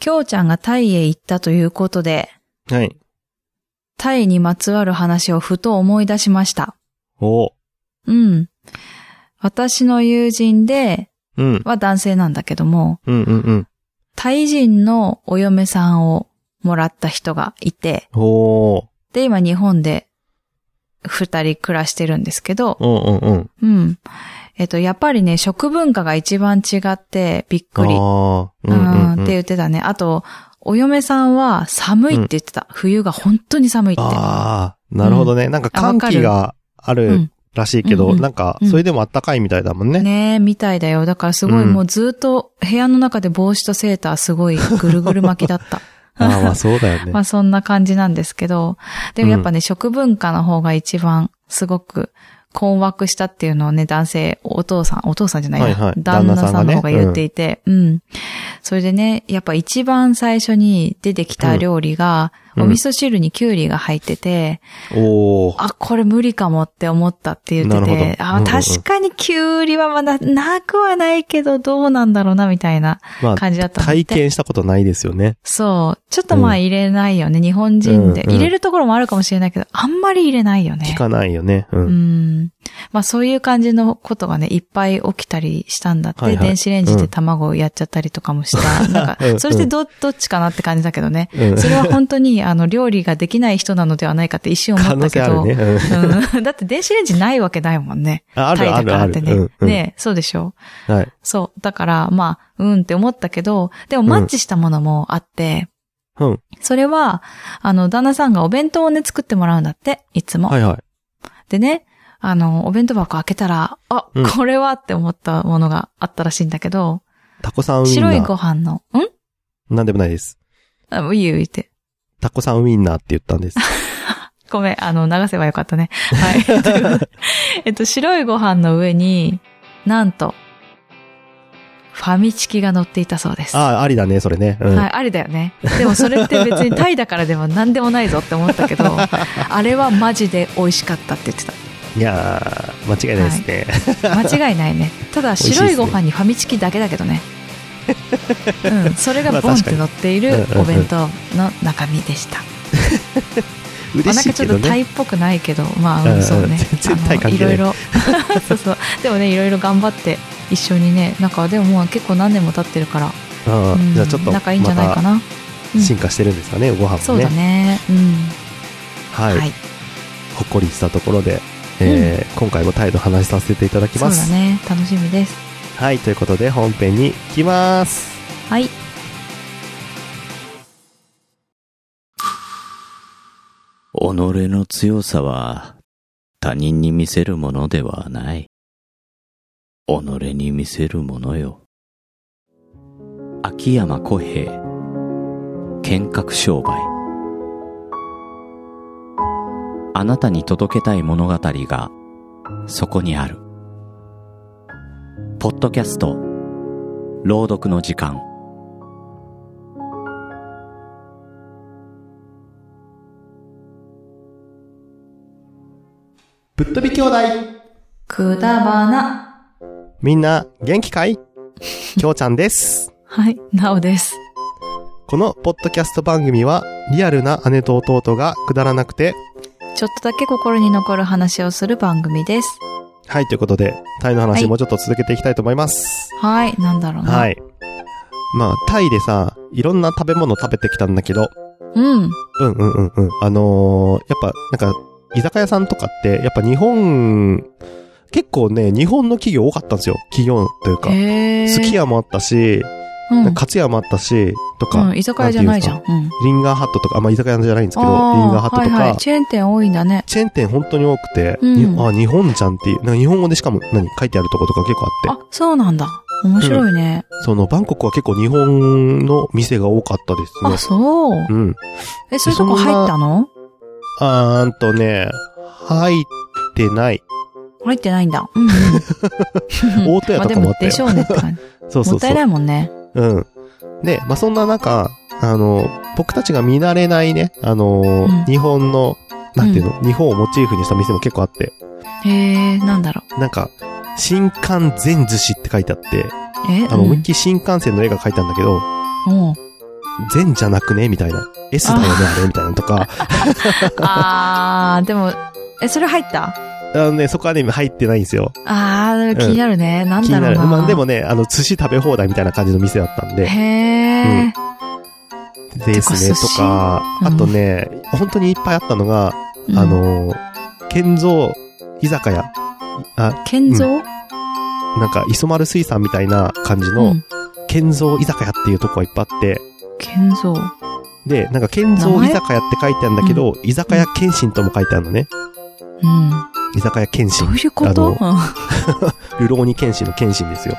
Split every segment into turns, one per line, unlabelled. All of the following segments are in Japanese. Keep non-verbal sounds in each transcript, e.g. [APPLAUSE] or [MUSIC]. きょうちゃんがタイへ行ったということで、
はい。
タイにまつわる話をふと思い出しました。
おー
うん。私の友人で、
うん。
は男性なんだけども、
うんうんうん。
タイ人のお嫁さんをもらった人がいて、
おー
で、今日本で二人暮らしてるんですけど、
うんうんうん。
うん。えっと、やっぱりね、食文化が一番違ってびっくり。
ああー。
う
うんうんうん
ん、って言ってたね。あと、お嫁さんは寒いって言ってた。冬が本当に寒いって。
ああ、なるほどね。なんか寒気があ
う
る
ん。
らしいけど、
うんうん
なんか
うん、
それでもあったかいみたいだもんね。
ねえ、みたいだよ。だからすごい、
うん
もうずっと部屋の中で帽子とセーターすごい [LAUGHS] ぐるぐる巻きだった。
ああ、まあそうだよ
[LAUGHS]
ね。
まあそんな感じなんですけど、でもやっぱね、食文化の方が一番すごく困惑したっていうのをね、男性、お父さん、お父さんじゃないや、
はいはい
旦那さんの方が
旦那さんがね
言っていて、うん、それでね、やっぱ一番最初に出てきた料理が、
うん
お味噌汁にキュウリが入ってて、
おお。
あ、これ無理かもって思ったって言って
なる
て
ほ、どうんうん
あ
うん
確かにキュウリはまだなくはないけど、どうなんだろうな、みたいな
まあ、
感じだったんだって
体験したことないですよね。
そう。ちょっとまあ
うん
入れないよね、日本人で。
うんうん
入れるところもあるかもしれないけど、あんまり入れないよね
聞。かないよね。う。
うんん。まあそういう感じのことがね、いっぱい起きたりしたんだって、
はいはい
電子レンジで卵をやっちゃったりとかも
[LAUGHS]
した。なん
うんう
か、
ん
それってど、どっちかなって感じだけどね。
うん
それは本当に、あの、料理ができない人なのではないかって一瞬思
可
っ
能
たけ
性ある
ど。
ね。うん
うん、だ [LAUGHS] って電子レンジないわけないもんね。
ああ
タイ
る
だ
あ
か
る
ら
あ
って
る。
ね。
うんうん
ねえそうでしょ
はい。
そう。だから、まあ、うんって思ったけど、でもマッチしたものもあって、
うん。
それは、あの、旦那さんがお弁当をね、作ってもらうんだって、いつも。
はいはい。
でね、あの、お弁当箱開けたら、あ、
うん
これはって思ったものがあったらしいんだけど、
タコさんウィン
白い
ナー。
ご飯の、ん
なんでもないです。
あ、ういう言って。
タコさんウィンナーって言ったんです。
ごめん、あの、流せばよかった
[LAUGHS]
ね。はい。 [LAUGHS] えっと、白いご飯の上に、なんと、ファミチキが乗っていたそうです。
ああ、ありだね、それね。うん。
はい、ありだよね。でもそれって別にタイだからでも何でもないぞって思ったけ
[LAUGHS]
ど、あれはマジで美味しかったって言って
いやー、間違いないですね。
た。間違いないね。ただ
味しいっすね
白いご飯にファミチキだけだけど
[LAUGHS]
ね。うん、それがボンって乗ってい
まあ
る
確かに
お弁当の中身でした。まあ
[LAUGHS] 嬉
なん
し
か
い
ちょ
け
っ
ど
とタイ
ね。
っぽくないけど、まあ、うんそうね。
うん全然タイ関係ない
あのろ [LAUGHS] いろそうそう。でもね、いろいろ頑張って一緒にね、なんかでももう結構何年も経ってるから、
う
うん
んじゃあちょっと、ま
仲いいんじゃないか
た
な。うん
進化してるんですかね、ご飯
そ
も
うだ
ね。
ね。うん。
はい。
はい。
ほっこりしたところで、えー今回もタイの話させていただき
そう
ま
だ
す。
ね。楽しみです。
はい、ということで本編に行きます。
はい。
己の強さは他人に見せるものではない。己に見せるものよ。秋山小平、見学商売。あなたに届けたい物語がそこにある。ポッドキャスト、朗読の時間。
ぶっ飛び兄弟
くだばな。
みんな元気かいきょうちゃんです。 [LAUGHS]
はい、なおです。
このポッドキャスト番組はリアルな姉と弟がくだらなくて、
ちょっとだけ心に残る話をする番組です。
はい、ということで、タイの
は
話
い
もうちょっと続けていきたいと思います。
はい、なんだろうな。
はい。まあ、タイでさ、いろんな食べ物食べてきたんだけど、
うん。
うんうんうんうん。あのー、やっぱ、なんか、居酒屋さんとかって、やっぱ日本、結構ね、日本の企業多かったんですよ。企業というか。
へえ。
すき家もあったし、
うん。
かつやもあったし、とか、
うん、居酒屋じゃないじゃん。うん。
リンガーハットとか、あんまあ居酒屋じゃないんですけど、リン
あ
ガーハットとか、
はいはい。チェーン店多いんだね。
チェーン店本当に多くて、
うん
にあ、日本じゃんっていう、なんか日本語でしかも何書いてあるとことか結構あ
あ
って、、
そうなんだ。面白いね。
そのバンコクは結構日本の店が多かったですね
あ、。そう。
うん。
え、そういうとこ入ったの
あーんとね、入ってない。
入ってないんだ。うんうん。
大戸屋とか
ま
も
あでも
あっ、た
で
よ。
しょうねって感じ。
[LAUGHS] そうそ
もっ
うそ
たいな
う。
いもんね。
うん。で、まあ、そんな中、あの、僕たちが見慣れないね、あの、
うん
日本の、なんていうの、日本をモチーフにした店も結構あって、
へえ、なんだろ
なんか、新幹全寿司って書いてあって、
う。え、
あの、
うん
思いっきり新幹線の絵が書いてあるんだけど、
も
善じゃなくねみたいな。S だよね、あれみたいなのとか。
あー、でも、え、それ入った
あのね、そこはね、今入ってないんですよ。
あー、気になるね。なん
気に
だ
な
ろう
る。
な。
まあでもね、あの、寿司食べ放題みたいな感じの店だったんで。
へー。
です
てか
ね、とか、
寿司
あとね、本当にいっぱいあったのが、
うん
あ、のー、建造居酒屋、あ、
建造
なんか、磯丸水産みたいな感じ
う
の、
ん
建造居酒屋っていうとこがいっぱいあって、
建造。
で、なんか、建
名
造居
前
酒屋って書いてあるんだけど、居酒屋謙信とも書いてあるのね。
うん。
居酒屋謙
ど
信
う。いうことうんあ
流浪に謙信の謙信ですよ。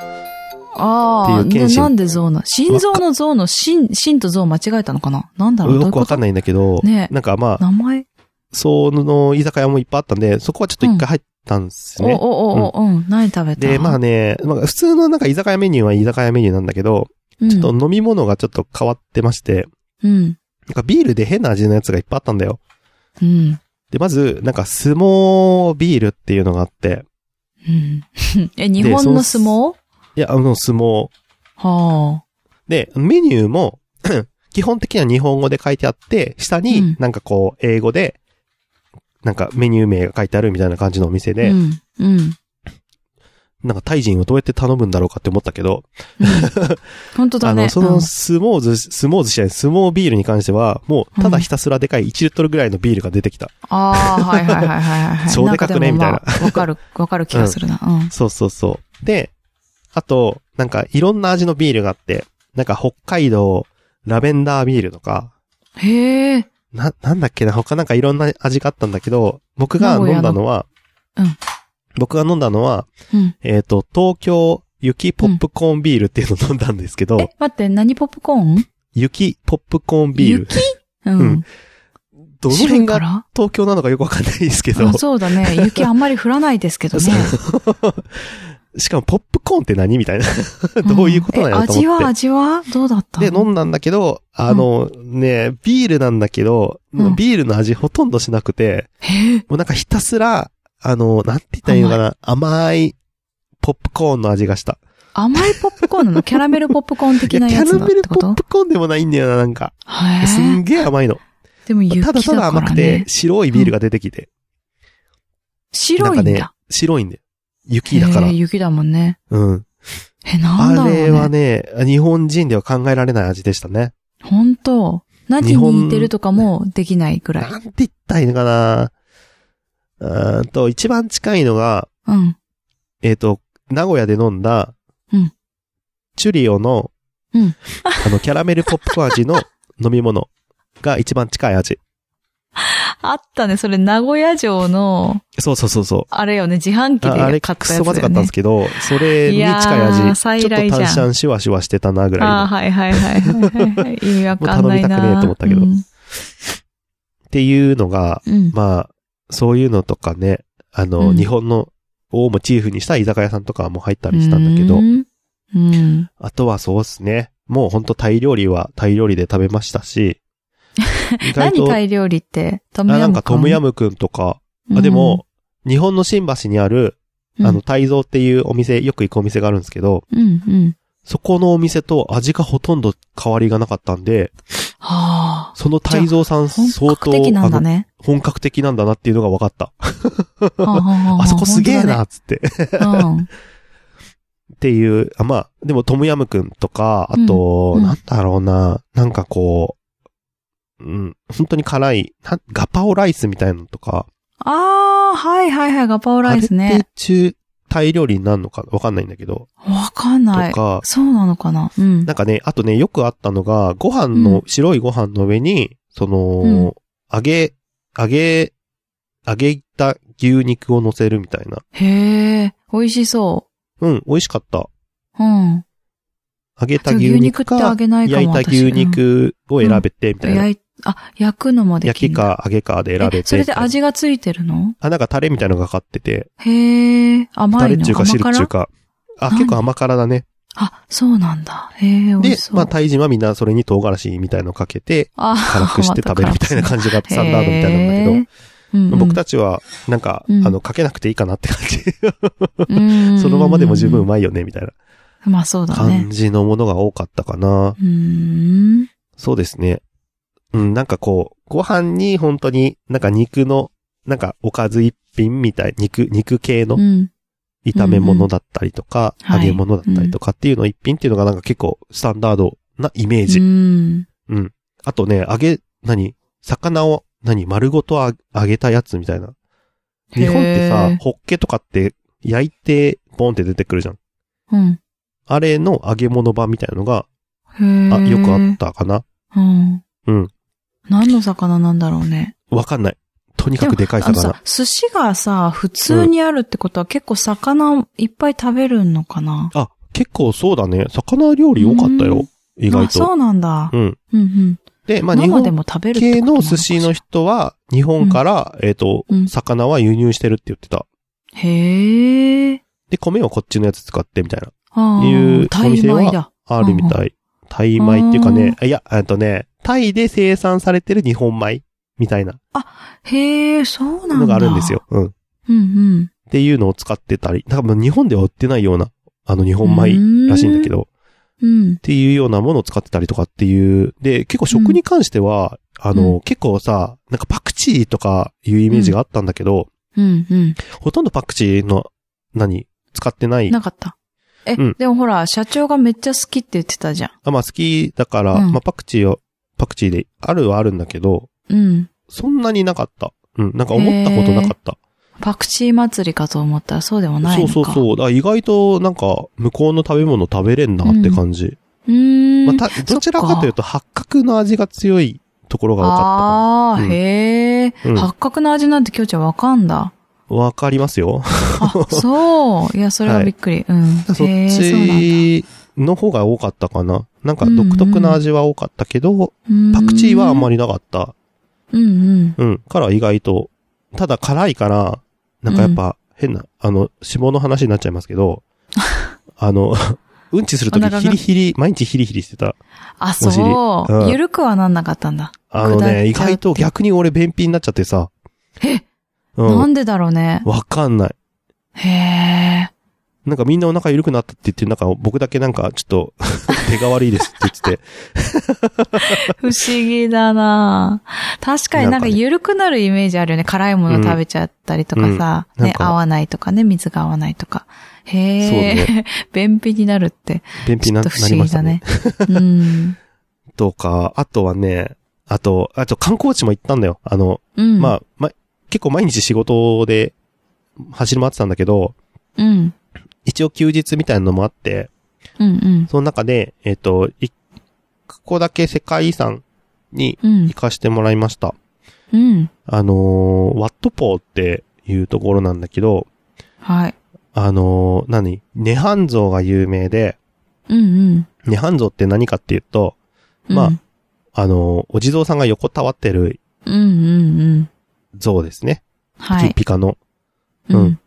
あ
っ
ー、
ていう謙
で
信
なんで象な心臓の象の心、心と象間違えたのかななんだろうどうい
よ
う
く
こ
わ
と
かんないんだけど、
ね
なんかまあ、
名前
その居酒屋もいっぱいあったんで、そこはちょっと一回入ったんです
お
ね。
おおお、うん。何食べた
で、まあね、まあ、普通のなんか居酒屋メニューは居酒屋メニューなんだけど、
うん
ちょっと飲み物がちょっと変わってまして、
うん。
なんかビールで変な味のやつがいっぱいあったんだよ。
うん。
で、まず、なんか相撲ビールっていうのがあって、
うん。え、日本の相撲
いや、あの、相撲。
はあ。
で、メニューも、 [CLEARS THROAT] 基本的には日本語で書いてあって、下
う
に
ん
なんかこう、英語で、なんかメニュー名が書いてあるみたいな感じのお店で、
うん。うん。
なんかタイ人をどうやって頼むんだろうかって思ったけど、
本当だ
あ
ね。
の、その相撲寿司、相撲寿司じゃない、相撲ビールに関しては、もうただひたすらでかい1リットルぐらいのビールが出てきた。
ああ、はいはいはいはいはい。
そうでかくね
んでもまあ
み
わかる、わかる気がするな。うん。
そうそうそう。で、あと、なんかいろんな味のビールがあって、なんか北海道ラベンダービールとか、
へえ。
な、なんだっけな、他なんかいろんな味があったんだけど、僕が飲んだのは、
名古屋のうん
僕が飲んだのは、
うん。
えっ、と、東京雪ポップコーンビールっていうのを飲んだんですけど、
え、待って、何ポップコーン
雪ポップコーンビール。
雪う
うんん。 [LAUGHS] どの辺
白いか
が
ら
東京なのかよくわかんないですけど
あ、そうだね。雪あんまり降らないですけどね。
[LAUGHS] しかもポップコーンって何みたいな。 [LAUGHS] どういうことなんやろ
え
うと思っ
味
て。
は味はどうだった
で、飲んだんだけど、あの、ね、ビールなんだけど、
うん
ビールの味ほとんどしなくて、
へえ。
もうなんかひたすら、あの、なんて言ったらいいのかな、甘い、ポップコーンの味がした。
甘いポップコーンなのキャラメルポップコーン
い
的
や、
な
キ
や
ャ
つ
ラ
だっ
メル
て
ポ
こ
ッ
と
プコーンでもないんだよな、なんか。
へ
す
え
ん。げえ甘いの。
でも雪だ
た
か
だただ
ら
甘くて
ね、。
白いビールが出てきて、
白い
なん
ん
かね
だ。
白いんだよ。雪だから
へえ。雪だもんね。
うん。
え、なんだ
あ
ろうね。
れはね、日本人では考えられない味でしたね。
本当何
日本
に似てるとかもできないくらい。
なんて言ったらいいのかなうーんと、一番近いのが、
うん。
えっ、と、名古屋で飲んだ、
うん
チュリオの、
うん
あの、キャラメルポップコーン
[LAUGHS]
味の飲み物が一番近い味。
あったね、それ名古屋城の、
そうそうそうそう。
あれよね、自販機
ああ
で
れ、
買っ
く
たや
そ
つだ
ま
よね。
ずかったんですけど、それに近い
いやー
味。
再
ちょっと
来じゃん
炭酸シュワシュワしてたなぐらい
あ
の
あ、。はいはいはいはいはい。意味わかんない
[LAUGHS]
な。
もう頼みたくねえと思ったけど
うん
っていうのが、
うん。
まあ、そういうのとかね、あの、
うん
日本の、をモチーフにした居酒屋さんとかも入ったりしたんだけど
う、ん。うん。
あとはそうですね。もうほんとタイ料理はタイ料理で食べまし
[LAUGHS]
たし、意外
何
と、
タ
あ
イ料理って、トムヤム
なんかトムヤ
ム。
ムくんとか、
うん
あ、でも、、日本の新橋にある、あ
う
の、
ん、
タイゾーっていうお店、よく行くお店があるんですけど、
うん、うん。
そこのお店と味がほとんど変わりがなかったんで、
はあ。
そのタイゾーさん
本
相
格
当、
的なんだ
あの
ね。
本格的なんだなっていうのが分かった。 [LAUGHS] あ
あ
そこすげえな、。つって。
本
っていう、あ、まあ、でもトムヤムくんとか、あと、
うんうん
なんだろうな、なんかこう、うん、本当に辛い、なガパオライスみたいなのとか、
当だねうん。ああ、はいはいはい、ガパオライス
あれっ
ね
て。中、タイ料理になるのかわかんないんだけど、
わかんない
と。か、
そうなのかなうん。
なんかね、あとね、よくあったのが、ご飯の、
うん
白いご飯の上に、その、
うん
揚げ、揚げ、揚げた牛肉を乗せるみたいな。
へえ、美味しそ
うん、美味しかった。
う。うん。
揚げた
でも
牛
牛肉
肉
って揚
か、
げないかも
焼いた牛肉を選べて、みたいな。
焼い、あ、焼くのまで
焼きか揚げかで選べ
え
て。
それで味がついてるの
あ、なんかタレみたいのがかかってて、
へえ、
タ
甘
レ
い
っ
の
ちゅうか
甘
汁っちゅ
辛
うか。あ、
何
結構甘辛だね。
あ、そうなんだ。へえ、美
で
味し、そう。
まあ、タイ人はみんなそれに唐辛子みたいのかけて、
あ、
辛くして食べるみたいな感じがスタンダードみたいなんだけ
ど、
ど、
うんうん
僕たちは、なんか、
うん
あの、かけなくていいかなって感じ。
うん
そのままでも十分うまいよね、みたいな
まあそうだね
感。じのものが多かったかな。
うーん。
そうですね。うん、なんかこう、ご飯に本当になんか肉の、なんかおかず一品みたい、肉、肉系の
うん。
炒め物だったりとか、
うんうん
揚げ物だったりとかっていうの一品っていうのがなんか結構スタンダードなイメージ。
うん。
あとね、揚げ、何魚を、何丸ごとあ揚げたやつみたいな。日本って
へ
さ
ー、
ホッケとかって焼いて、ボンって出てくるじゃん。
うん。
あれの揚げ物版みたいなのが、
へー
あ、よくあったかな
うん。
うん。
何の魚なんだろうね。
わかんない。とにかくでかい
あの
魚
さ。、寿司がさ、普通にあるってことは結構魚いっぱい食べるのかな
あ、結構そうだね。魚料理多かった
う
よ
ん。
意外
あそ
と。
うなんだ。
うん。
うんうん。
で、まあ、日
生で
本
も食べるって
系
ことな
の
かしら
寿司の人は、日本から、えっと
う、ん
魚は輸入してるって言ってた。
へえ。
で、米はこっちのやつ使って、みたいな。
ああ。
いうお店は
大米だ。
あるみたい。タイ米っていうかね、いや、えっとね、タイで生産されてる日本米みたいな
へえ、そうなんだ。
のがあるんですよ。うん。っ
うんうん。
ていうのを使ってたり、なんかもう日本では売ってないような、あの日本米
米
らしいんだけ。ど、っ
うん。
ていうようなものを使ってたりとかっていう。で、結構食に関しては、あの、
う
結構さ、なんかパクチーとかいうイメージがあったんだけど、
うんうん。
ほとんどパクチーの、何使ってない。
なかった。え、
うん
でもほら、社長がめっちゃ好きって言ってたじゃ
あまあ好きだから、
うん
まあパクチーを、パクチーであるはあるんだけど、
ん。うん。
そんなになかった。うん、なんか思ったことなかった。
パクチー祭りかと思ったらそうでもない
そ
の
う
か。
そうそう。だから意外となんか、向こうの食べ物食べれんなって感じ。
う。うーん。
まあ、たどちらかというと、八角の味が強いところが多かっ
ああー、
うん
へえ、
うん
八角の味なんてきょうちゃんわかん
[LAUGHS]
だ。
た。わかりますよ。
あ、そう。いや、それはびっくり。うん。
[LAUGHS] そっ
へえ、そうなんだ。
ちの方が多かったかな。なんか独特な味は多かったけど、パクチーはあんま
り。
りなかった。
うんうん。
うん。から意外と、ただ辛いから、なんかやっぱ変な、あの、脂肪の話になっちゃいます
[LAUGHS]
けど、あの、 [LAUGHS] うんちすると
お
き
腹が
ヒリヒリ、毎日ヒリヒリしてた。
あ、
お尻
そうう。
ん
ゆるくはなんなかったんだ。
あの
下っち
ね、
ゃうって
意外と逆に俺便秘になっちゃってさ。
え
う。
なんんでだろうね。
わかんない。
へえ。
[LAUGHS] なんかみんなお腹緩くなったって言って、なんか僕だけなんかちょっ
[LAUGHS]
と手が悪いですって言ってて。
不思議だな確かになんか緩くなるイメージあるよね。辛いもの食べちゃったりとかさ。
うんうん
ね
なん、か
合わないとかね、水が合わないとか。へえ。
そう
便秘になるって。
便秘
ちょ
な、
っと不
な
思
りま
議
した
だ
ね
ね。。うん。
とか、あとはね、あと、あと観光地も行ったんだよ。あの、
うん。
まあ、ま、結構毎日仕事で走り回ってたんだけど、
うん。
一応休日みたいなのもあって、
うん
その中で、えっ、と、一個だけ世界遺産に
うん。うん
行。かしてもらいました。
うん。
あのーワットポーっていうところなんだけど、
はい。
あのー何涅槃像が有名で、
うんうん。
涅槃像って何かっていうと、
うん
まあ、あのーお地蔵さんが横たわってる
うんうんうん。
像ですね。
は
ピ
い。
ピカの。
う
うん
ん。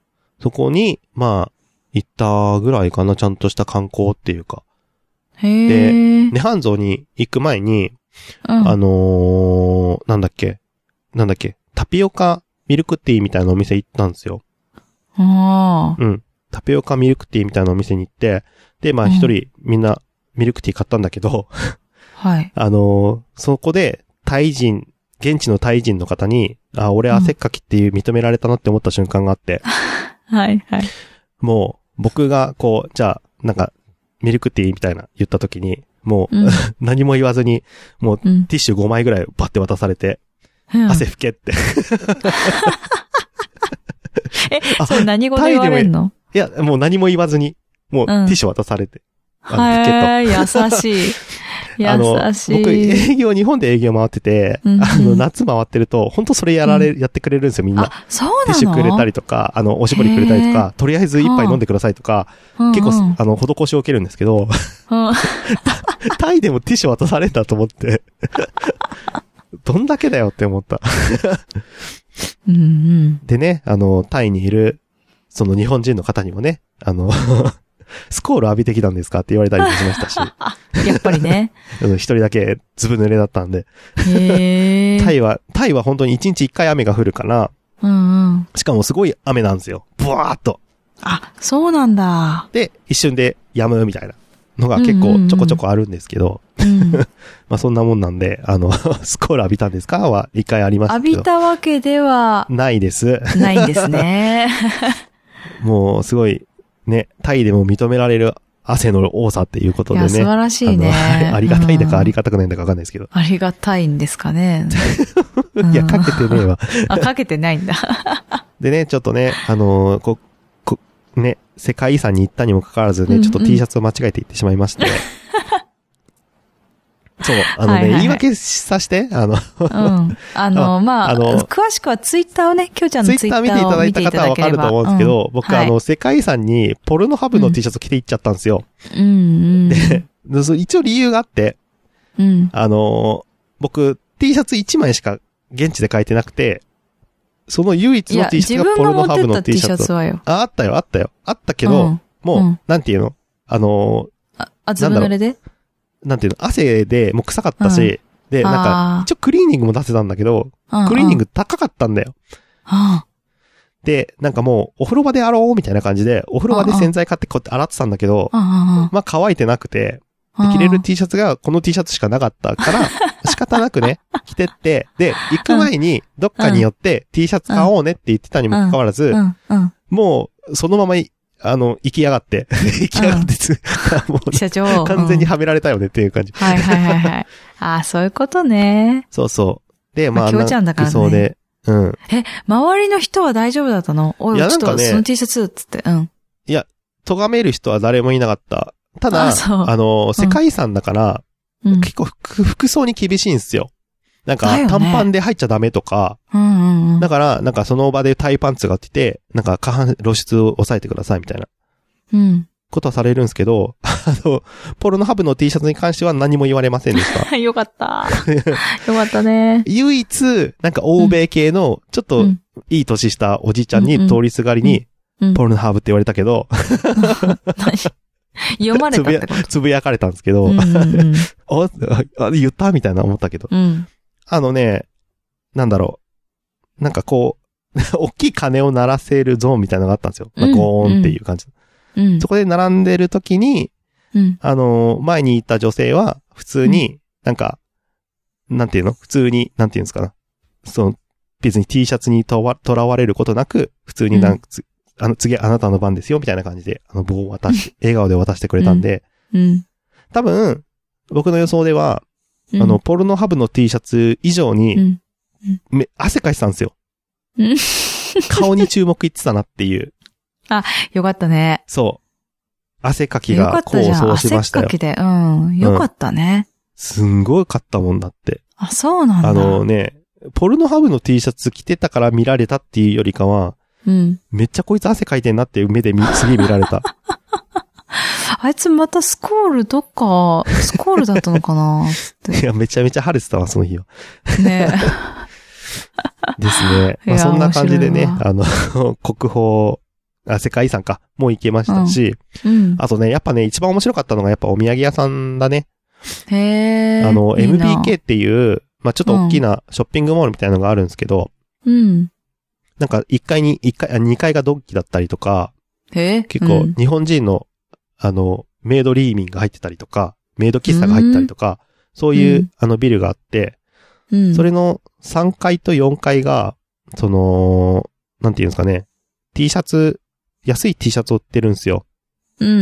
そこに、まあ、行ったぐらいかな、ちゃんとした観光っていうか。
へえ。
涅槃像に行く前に、
うん
あのーなんだっけ、なんだっけ、タピオカミルクティーみたいなお店行ったんですよ。
あ
うん。タピオカミルクティーみたいなお店に行って、で、まあ
うん
一人みんなミルクティー買ったんだけど、 [LAUGHS]
あ。はい。
あのーそこでタイ人、現地のタイ人の方に、あ、俺汗っかきっていう認められたなって思った瞬間があって、
はいはい。
もう僕がこう、じゃあ、なんか、ミルクティーみたいな言った時に、もう
うん
何も言わずに、もう
うん。
ティッシュ5枚ぐらいバッて渡されて、
うん
汗拭けって。
[LAUGHS] え、
[LAUGHS] あ
それ何語で言われんの
いや、もう何も言わずに、もうテ
う
ィ
ん
ッシュ渡されて。あの拭けと
はい、優しい。
[LAUGHS] あの、
優しい。
僕、営業、日本で営業回ってて、
うんうん
あの、夏回ってると、本当それやられ、やってくれるんですよ、みんな。
あ、そう
ティ
なの
ッシュくれたりとか、あの、おしぼりくれたりと
へ
か、とりあえず一杯飲んでくださいとか、結構、
うんうん
あの、施しを受けるんです
[LAUGHS]
けど、
うん
タイでもティッシュ渡されたと思って、どんだけだよって思った。
うん
でね、あの、タイにいる、その日本人の方にもね、あの、 [LAUGHS] スコール浴びてきたんですかって言われたりもし
[LAUGHS]
ましたし、
うん。やっぱりね。
うん一人だけずぶ濡れだったんで、
へえ。
タイは、タイは本当に一日一回雨が降るから、
うんうん。
しかもすごい雨なんですよ。ブワーっと。
あ、そうなんだ。
で、一瞬で止むみたいな。のが結構ちょこちょこあるんですけど、
うん、
まあそんなもんなんで、あの、 [LAUGHS] スコール浴びたんですかは一回ありました
浴
けど。
びたわけでは
ないです。
ないんですね。
もうすごい、ね、タイでも認められる汗の多さっていうこと
い
でね。
や、素晴らしいね
あの。はいあ [LAUGHS] りがたいんだか
うん
ありがたくないんだかわかんないですけど。
ありがたいんですかね。うん
いや、かけてねえわ。
あ、かけてないんだ。
でね、ちょっとね、あのーこ、こ、ね、世界遺産に行ったにもかかわらずね、
うんうん
ちょっと T シャツを間違えて行ってしまい
[LAUGHS]
まして。そう、あの
は
ね、
いはいはい
言い訳させて、あの、
うん。あの、まあ、
あの
詳しくはツイッターをね、きょうちゃん
ツ
の
イ
ツ
ッ
イッタ
ター見てい
ー
た
を
だい
見て
た
いた
方は
だ
わ
け
か
れ
る
ば。
と思うんですけど、僕、
はい
あの、世界遺産にポルノハブの T シャツを着て行っちゃったんですよ。
うん、うん。
でそう一応理由があって、
うん。
あのー僕、T シャツ1枚しか現地で買えてなくて、その唯一
い
の
や、
T シ
自
ャツ
分
がポ
が持っ
ルノハ
て
ブ
った
の T
T
シ
シ
ャ
ャ
ツ
ツ
を。
はよ。
ああったよ、あったよ。あったけど、
うん
もう、
うん
なんていうのあの
あ、あずぶ濡れで
ーなんていうの汗でもう臭かったし、
う
で、なん
あ
か
ー、
一応クリーニングも出せたんだけど、クリーニング高かったんだよ。
あ
で、なんかもう、お風呂場で洗おうみたいな感じで、お風呂場で
うんうん
洗剤買ってこうやって洗ってたんだけど、
あ、
まあ乾いてなくて、で
あ
着れる T シャツがこの T シャツしかなかった
[LAUGHS]
から、仕方なくね、着てって、で、行く前にどっかに寄って T シャツ買おうねって言ってたにもかかわらず、
うん、うん。
もう、そのままい、あの、行きやがって、 [LAUGHS] 行きやがってつ、 [LAUGHS] もう
社長。
完全に
うん
はめられたよねっていう感じ。
はいはいはいはい。 [LAUGHS] ああ、そういうことね。
そうそう。で、ま
まあ
あ、あんな
京ちゃんだからね
服装で。うん。
え、周りの人は大丈夫だったのおい、
い
ちょ
や
っ
なん
と
かね
その T シャツっつって。うん。
咎める人は誰もいなかった。ただ、
あそう
あの、世界遺産だから、
うん。
結構服服装に厳しいんですよ。なんか、
だよね
短パンで入っちゃダメとか、
うんうんうん。
だから、なんかその場でタイパンツがってて、なんか下半露出を抑えてくださいみたいな
うん。
ことはされるんですけど、 [LAUGHS] あの、ポルノハブの T シャツに関しては何も言われません
[LAUGHS]
でし
[LAUGHS]
た。
よか
[LAUGHS]
った。よかったね。
唯一、なんか欧米系の、ちょっ
う
と
ん。
いい年したおじいちゃん
うんう
に
ん
通りすがりに、
うん
ポルノハブって言われたけど、 [LAUGHS]
何 [LAUGHS] 読まれた
つぶ
っ
や
てこと、
つぶやかれたんですけど、
うんうんうん
お [LAUGHS] あ言ったみたいな思ったけど。
うん。
あのね、なんだろう。なんかこう、 [LAUGHS] 大きい鐘を鳴らせるゾーンみたいなのがあったんですよ。まあ
うん
ゴーンっていう感じ。
うん
そ。こで並んでる時に、
うん。
あのー前に行った女性は、普通に、なんか、なんていうの普通に、なんていうんですかな。その、別に T シャツにとわとらわれることなく、普通になんかつ、あの、次あなたの番ですよ、みたいな感じで、あの棒を渡し、笑顔で渡してくれたんで、
うん。
多分、僕の予想では、
うん
あの、、ポルノハブの T シャツ以上
う
に、
ん。
め汗かいてたんですよ
うん。
顔に注目いってたなっていう。
よかったね。
そう。汗かき
よか
が
ったじ
功を
ゃん。
奏し
汗
ま
っ
した
か
よ。
きで。うん。よかったね。
すんごいかったもんだって。
あ、そうなんだ。
あの、ね、ポルノハブの T シャツ着てたから見られたっていうよりかは、
うん。
めっちゃこいつ汗かいてんなっていう
[LAUGHS]
目で見、すげえ見られた。
あいつまたスコールどっか、スコールだったのかな
いや、めちゃめちゃ晴れてたわ、その日は。 [LAUGHS]
ね
ですね。
い
ま
や
あ、そんな感じでね
面、
あの、 [LAUGHS] 国宝、あ、世界遺産か、もう行けましたし、
うん。
あとね、やっぱね、一番面白かったのがやっぱお土産屋さんだね。
へえ。
あの、
いいな
MBK っていう、まあ、ちょっと大きなショッピングモールみたいなのがあるんですけど、
うん。
なんか1階に、1階、あ2階がドンキだったりとか、
へえ。
結構
うん
日本人の、あの、メイドリーミンが入ってたりとか、メイド喫茶が入ったりとか、そういう、
うん
あのビルがあって、
うん。
それの3階と4階が、その、なんていうんですかね、T シャツ、安い T シャツを売ってるんですよ。
うんうん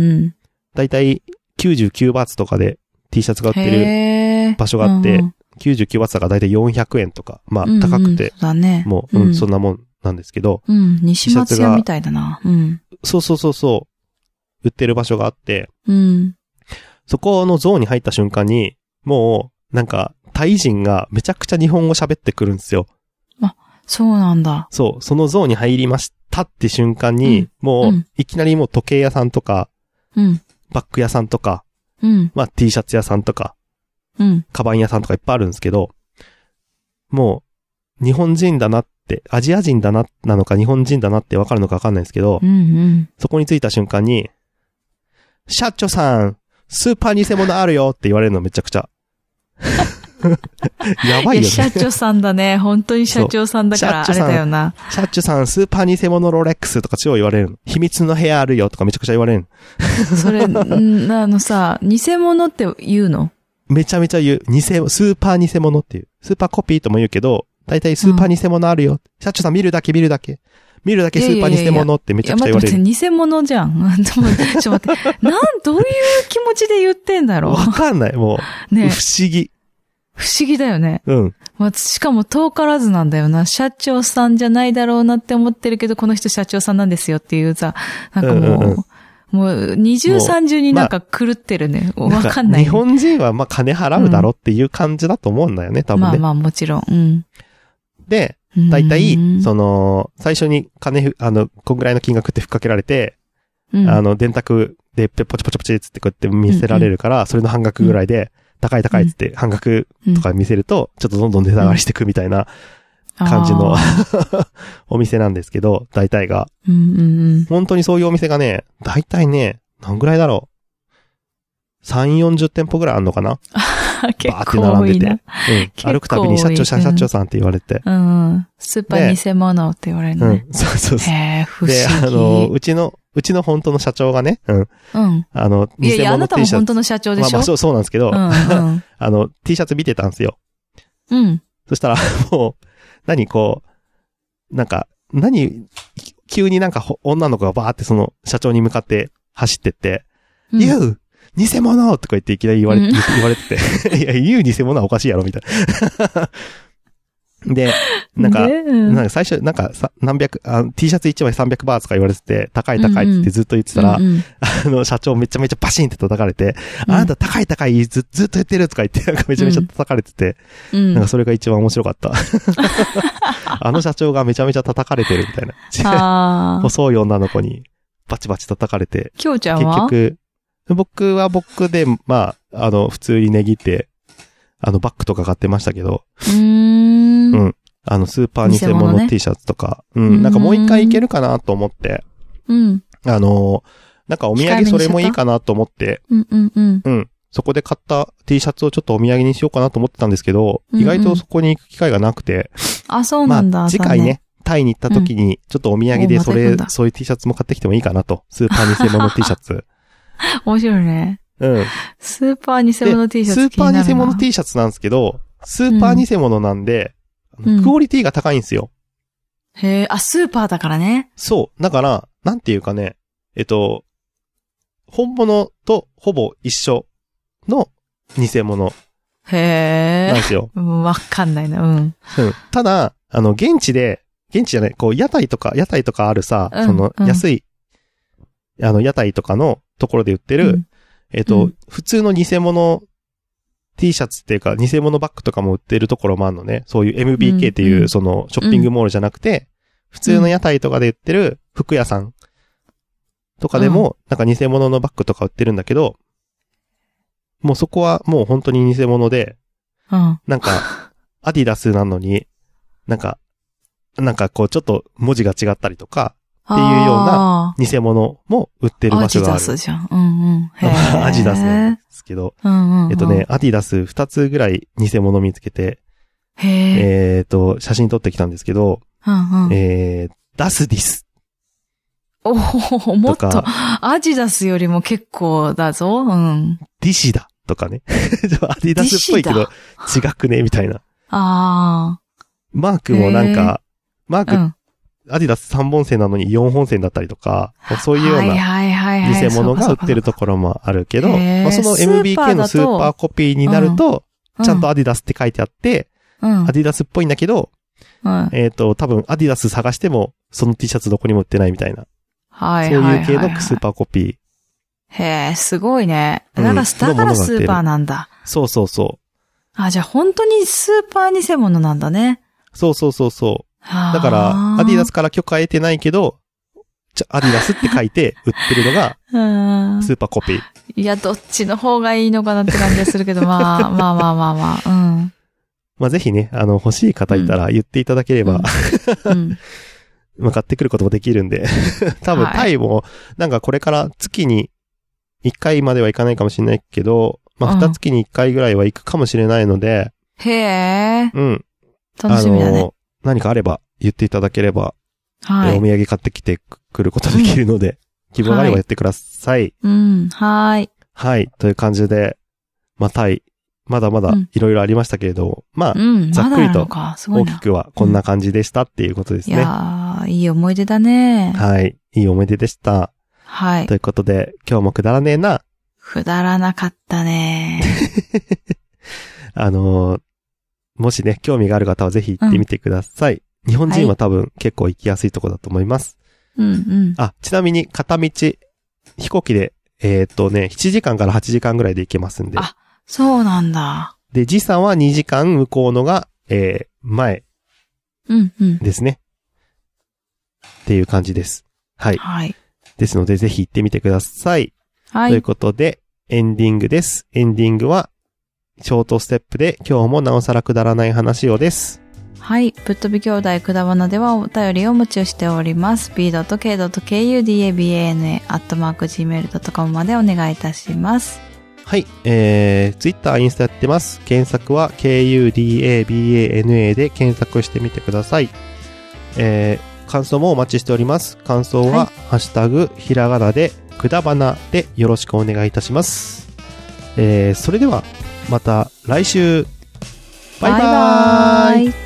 うん。
だいたい99バーツとかで T シャツが売ってる
へー
場所があって
うんうん
99バーツだからだいたい400円とか、まあ
うんうん
高くて、
そうだね。
もう、うん
ん
そんなもんなんですけど、
うん、西松屋みたいだな。うん。
そうそうそうそう、売ってる場所があって、
うん。
そこのゾーンに入った瞬間に、もう、なんか、タイ人がめちゃくちゃ日本語喋ってくるんですよ。
そうなんだ。
そう、そのゾーンに入りましたって瞬間
う
に、
ん
も
う、
うんいきなりもう時計屋さんとか、
うん。
バッグ屋さんとか、
うん。
まあ T シャツ屋さんとか、
うん。
カバン屋さんとかいっぱいあるんですけど、もう、日本人だなって、アジア人だな、なのか日本人だなってわかるのかわかんないですけど
う、ん。
そこに着いた瞬間に、
[LAUGHS]
社長さん、スーパー偽物あるよって言われるのめちゃくちゃ。やば
い
いよ
や、社
ね。
長さんだね。本当に社長さんだから、あ
そう
れ
社長さん
だよな。
シャッチュさん、スーパー偽物ロレックスとか超言われるの。秘密の部屋あるよとかめちゃくちゃ言われるの。
それ、んあのさ、偽物って言うの
めちゃめちゃ言う。偽、スーパー偽物っていう。スーパーコピーとも言うけど、大体スーパー偽物あるよ。シャッチュさん見るだけ見るだけ。見るだけスーパー偽物ってめ
い
ちゃ
や、
くちゃ
待っ
言
て
わ
待って、
れる。
偽物じゃん。 [LAUGHS] ちょっと待って。なん、どういう気持ちで言ってんだろ
わかんない、
う。
もう。不
ね
思議。
不思議だよね。
うん。
まあ、しかも遠からずなんだよな。社長さんじゃないだろうなって思ってるけど、この人社長さんなんですよっていうさ、なんかもう、
うんうんうん
もう二重三重になんか狂ってるね。わ、かんない。
日本人はまあ金払うだろっていう感じだと思うんだよね、多分
まあ
ね。
まあもちろん。うん。
で、
うん
大体、その、最初に金ふ、あの、こんぐらいの金額って吹っかけられて、
うん
あの、電卓でペポチポチポチっつってこうやって見せられるから、それの半額ぐらいで、高い高いっつって半額とか見せると、ちょっとどんどん値下がりしていくみたいな感じの [LAUGHS]
あー
お店なんですけど、大体が。
うんうんうん。
本当にそういうお店がね、大体ね、何ぐらいだろう。3、40店舗ぐらいあんのかな
結
[LAUGHS] バーって
構多
並ん
い
で
な。
て。うん。歩くたびに
結構
社
多い
長さん、社長さんって言われて。
うん。スーパー偽物って言われる
う
ね。
ん。 [LAUGHS] そうそうそう。
へえ、不思議。
で、あの、うちの、うちの本当の社長がね、うん。
うん。
あの、
いやい
偽
や、あな
物
たも
T シャ
本当
ツ。
の社長で
まあ
しょ、
まあ、そう、そうなんですけど、
うんうん。
あの、T シャツ見てたんですよ。
うん。
そしたら、 [LAUGHS] もう、何、こう、なんか、何、き急になんかほ女の子がバーってその社長に向かって走ってって、
うん
You! 偽物とか言っていきなり言われ
うん
言って言われ
[LAUGHS]
てて、いや、You 偽物はおかしいやろ、みたいな。で、なんか、
でうん
なんか最初、なんかさ、何百、あ T シャツ1枚300バーツとか言われてて、高い高いって言ってずっと言ってたら、
うんうん
あの、社長めちゃめちゃバシンって叩かれて、
うん
あなた高い高いずずっと言ってるとか言って、なんかめちゃめちゃ叩かれてて、
うん
なんかそれが一番面白か
[LAUGHS]
った。あの社長がめちゃめちゃ叩かれてるみたいな。 [LAUGHS]
ああ。
細い女の子にバチバチ叩かれて、
きょうちゃん
結
は
局、僕は僕で、まあ、あの、普通に値切って、あの、バッグとか買ってましたけど、
うーん
うんあの、スーパー偽
偽物
物
ね
T シャツとか、う
うん
ん、なんかもう一回いけるかなと思って、
うん。
あの、なんかお土
控えめ
産
にしちゃ
そ
った
れもいいかなと思って、
うんうんうん。
うん。そこで買った T シャツをちょっとお土産にしようかなと思ってたんですけど、
うんうん
意外とそこに行く機会がなくて、
あ、そうなんだ。
まあ次回ね、タイに行った時に、ちょっとお土産
お
で
また
そ
行くん
れ、
だ
そういう T シャツも買ってきてもいいかなと。スーパー偽物 T シ
[LAUGHS]
ャツ。
残念。面白いね。
うん。
スーパー偽物 T シャ
ス
ツ
ー
気に
パ
なるな。
ー偽物 T シャツなんですけど、スーパー偽物なん
う
で、あ
ん
のクオリティが高いんですよ。
へえ、あ、スーパーだからね。
そう。だから、なんていうかね、えっと、本物とほぼ一緒の偽物
へ
なん
え
ですよ。。
うんわかんないな。うん。
うんただ、あの、現地で、現地じゃない、こう、屋台とか、屋台とかあるさ、
うん
その、
うん
安い、あの、屋台とかのところで売ってる、
うん
えっ
う
と、
ん
普通の偽物 T シャツっていうか、偽物バッグとかも売ってるところもあるのね。そういう MBK っていう、
うんうん
その、ショッピングモールじゃなくて、普通の屋台とかで売ってる服屋さんとかでも、なんか偽物のバッグとか売ってるんだけど、もうそこはもう本当に偽物で、
うん。
なんか、アディダスなのに、なんか、なんかこうちょっと文字が違ったりとか、
って
いうような偽物も売ってる
ア
場
ジ
所が
ダ
ある
ス。じゃん。うんうん。へえ。
[LAUGHS] アジダスなんですけど、
うんうんうん。
えっとね、アディダス2つぐらい偽物見つけて、
へえ。
えっと、写真撮ってきたんですけど、
うんうん。
えー、ダスディス
おおも
と
っと、
か、
アジダスよりも結構だぞ。うん。
ディシダとかね。 [LAUGHS] ちょっとアディダスっぽいけ
デ
ど、違くねみたいな。
あ
マークもなんか、マー
あ。う
ク、
ん。
アディダス3本線なのに4本線だったりとか、そういうよう
はい
な
はいはいはい。
偽物が売ってるところもあるけど、
そうかそうかへー
まあ、その
スーパーだ
MBK
と
のスーパーコピーになると、
ろ
ちゃんと、アディダスって書いてあって、
うんうん
アディダスっぽいんだけど、
うん
えっ、と、多分アディダス探しても、その T シャツどこにも売ってないみたいな、
はい
そう
はいいは
う
い
系
はい
のスーパーコピー。
へえ、すごいね。
うん
だから、だからスーパー
の
なんだ。
そうそうそ
あ、じゃあ本当にスーパー偽物なんだね。
う。そうそうそうそう。だ
だ
から、アディダス、から許可得てないけど、ちゃアディダスって書いて売ってるのが
[LAUGHS] うん
スーパーコピー。
いや、どっちの方がいいのかなって感じがする
[LAUGHS]
けど、まあ、まあまあまあまあ、
まあ、ぜひね、あの、欲しい方いたら言っていただければ、
うんうん。うん。
向かってくることもできるんで、多分
はい
タイも、なんかこれから月に1回まではいかないかもしれないけど、まあ
うん
2月に1回ぐらいは行くかもしれないので、
へえ、
うん。
楽しみだ
あ
ね。
の、何かあれば言っていただければ、
は
えーお
い。
土産買ってきてくくることできる
[LAUGHS]
ので、希望があればやってください。
うん、はーい。
はい。という感じで、まあ、タイ、まだまだ
うん
いろいろありましたけれど、まあ、
うん、
ざっ
ま
く
だ
りと
なのか。すごい
大き
な。
くはこんな感じでしたっていうことです
い
ね。
やー、いい思い出だね。
はい。いい思い出でした。
はい
と。いうことで、今日もくだらねえな、
くだらなかった
[LAUGHS]
ね。
あのーもしね、興味がある方はぜひ行ってみてください。日本人
は
は多分結構行きやすいとこだと思います。
うん、うん。
あ、ちなみに片道、飛行機で、えーっとね、7時間から8時間ぐらいで行けますんで。
あそうなんだ。
で、時差は2時間向こうのが、えー、前
うん、うん。
ですね。っていう感じです。はい。
はい。
ですので、ぜひ行ってみてください。
は
という
い。
ことで、エンディングです。エンディングは、ショートステップで、今日もなおさらくだらない話をです。
はい。ぶっ飛び兄弟くだばなではお便りをお待ちをしております。b.k.kudabana.gmail.com までお願いいたします。
はい。えー、Twitter、インスタやってます。検索は KUDABANA で検索してみてください。えー、感想もお待ちしております。感想は、
は
ハッシュタグ、ひらがなで、くだばなでよろしくお願いいたします。えー、それでは、また来週。バイバーイ
イ。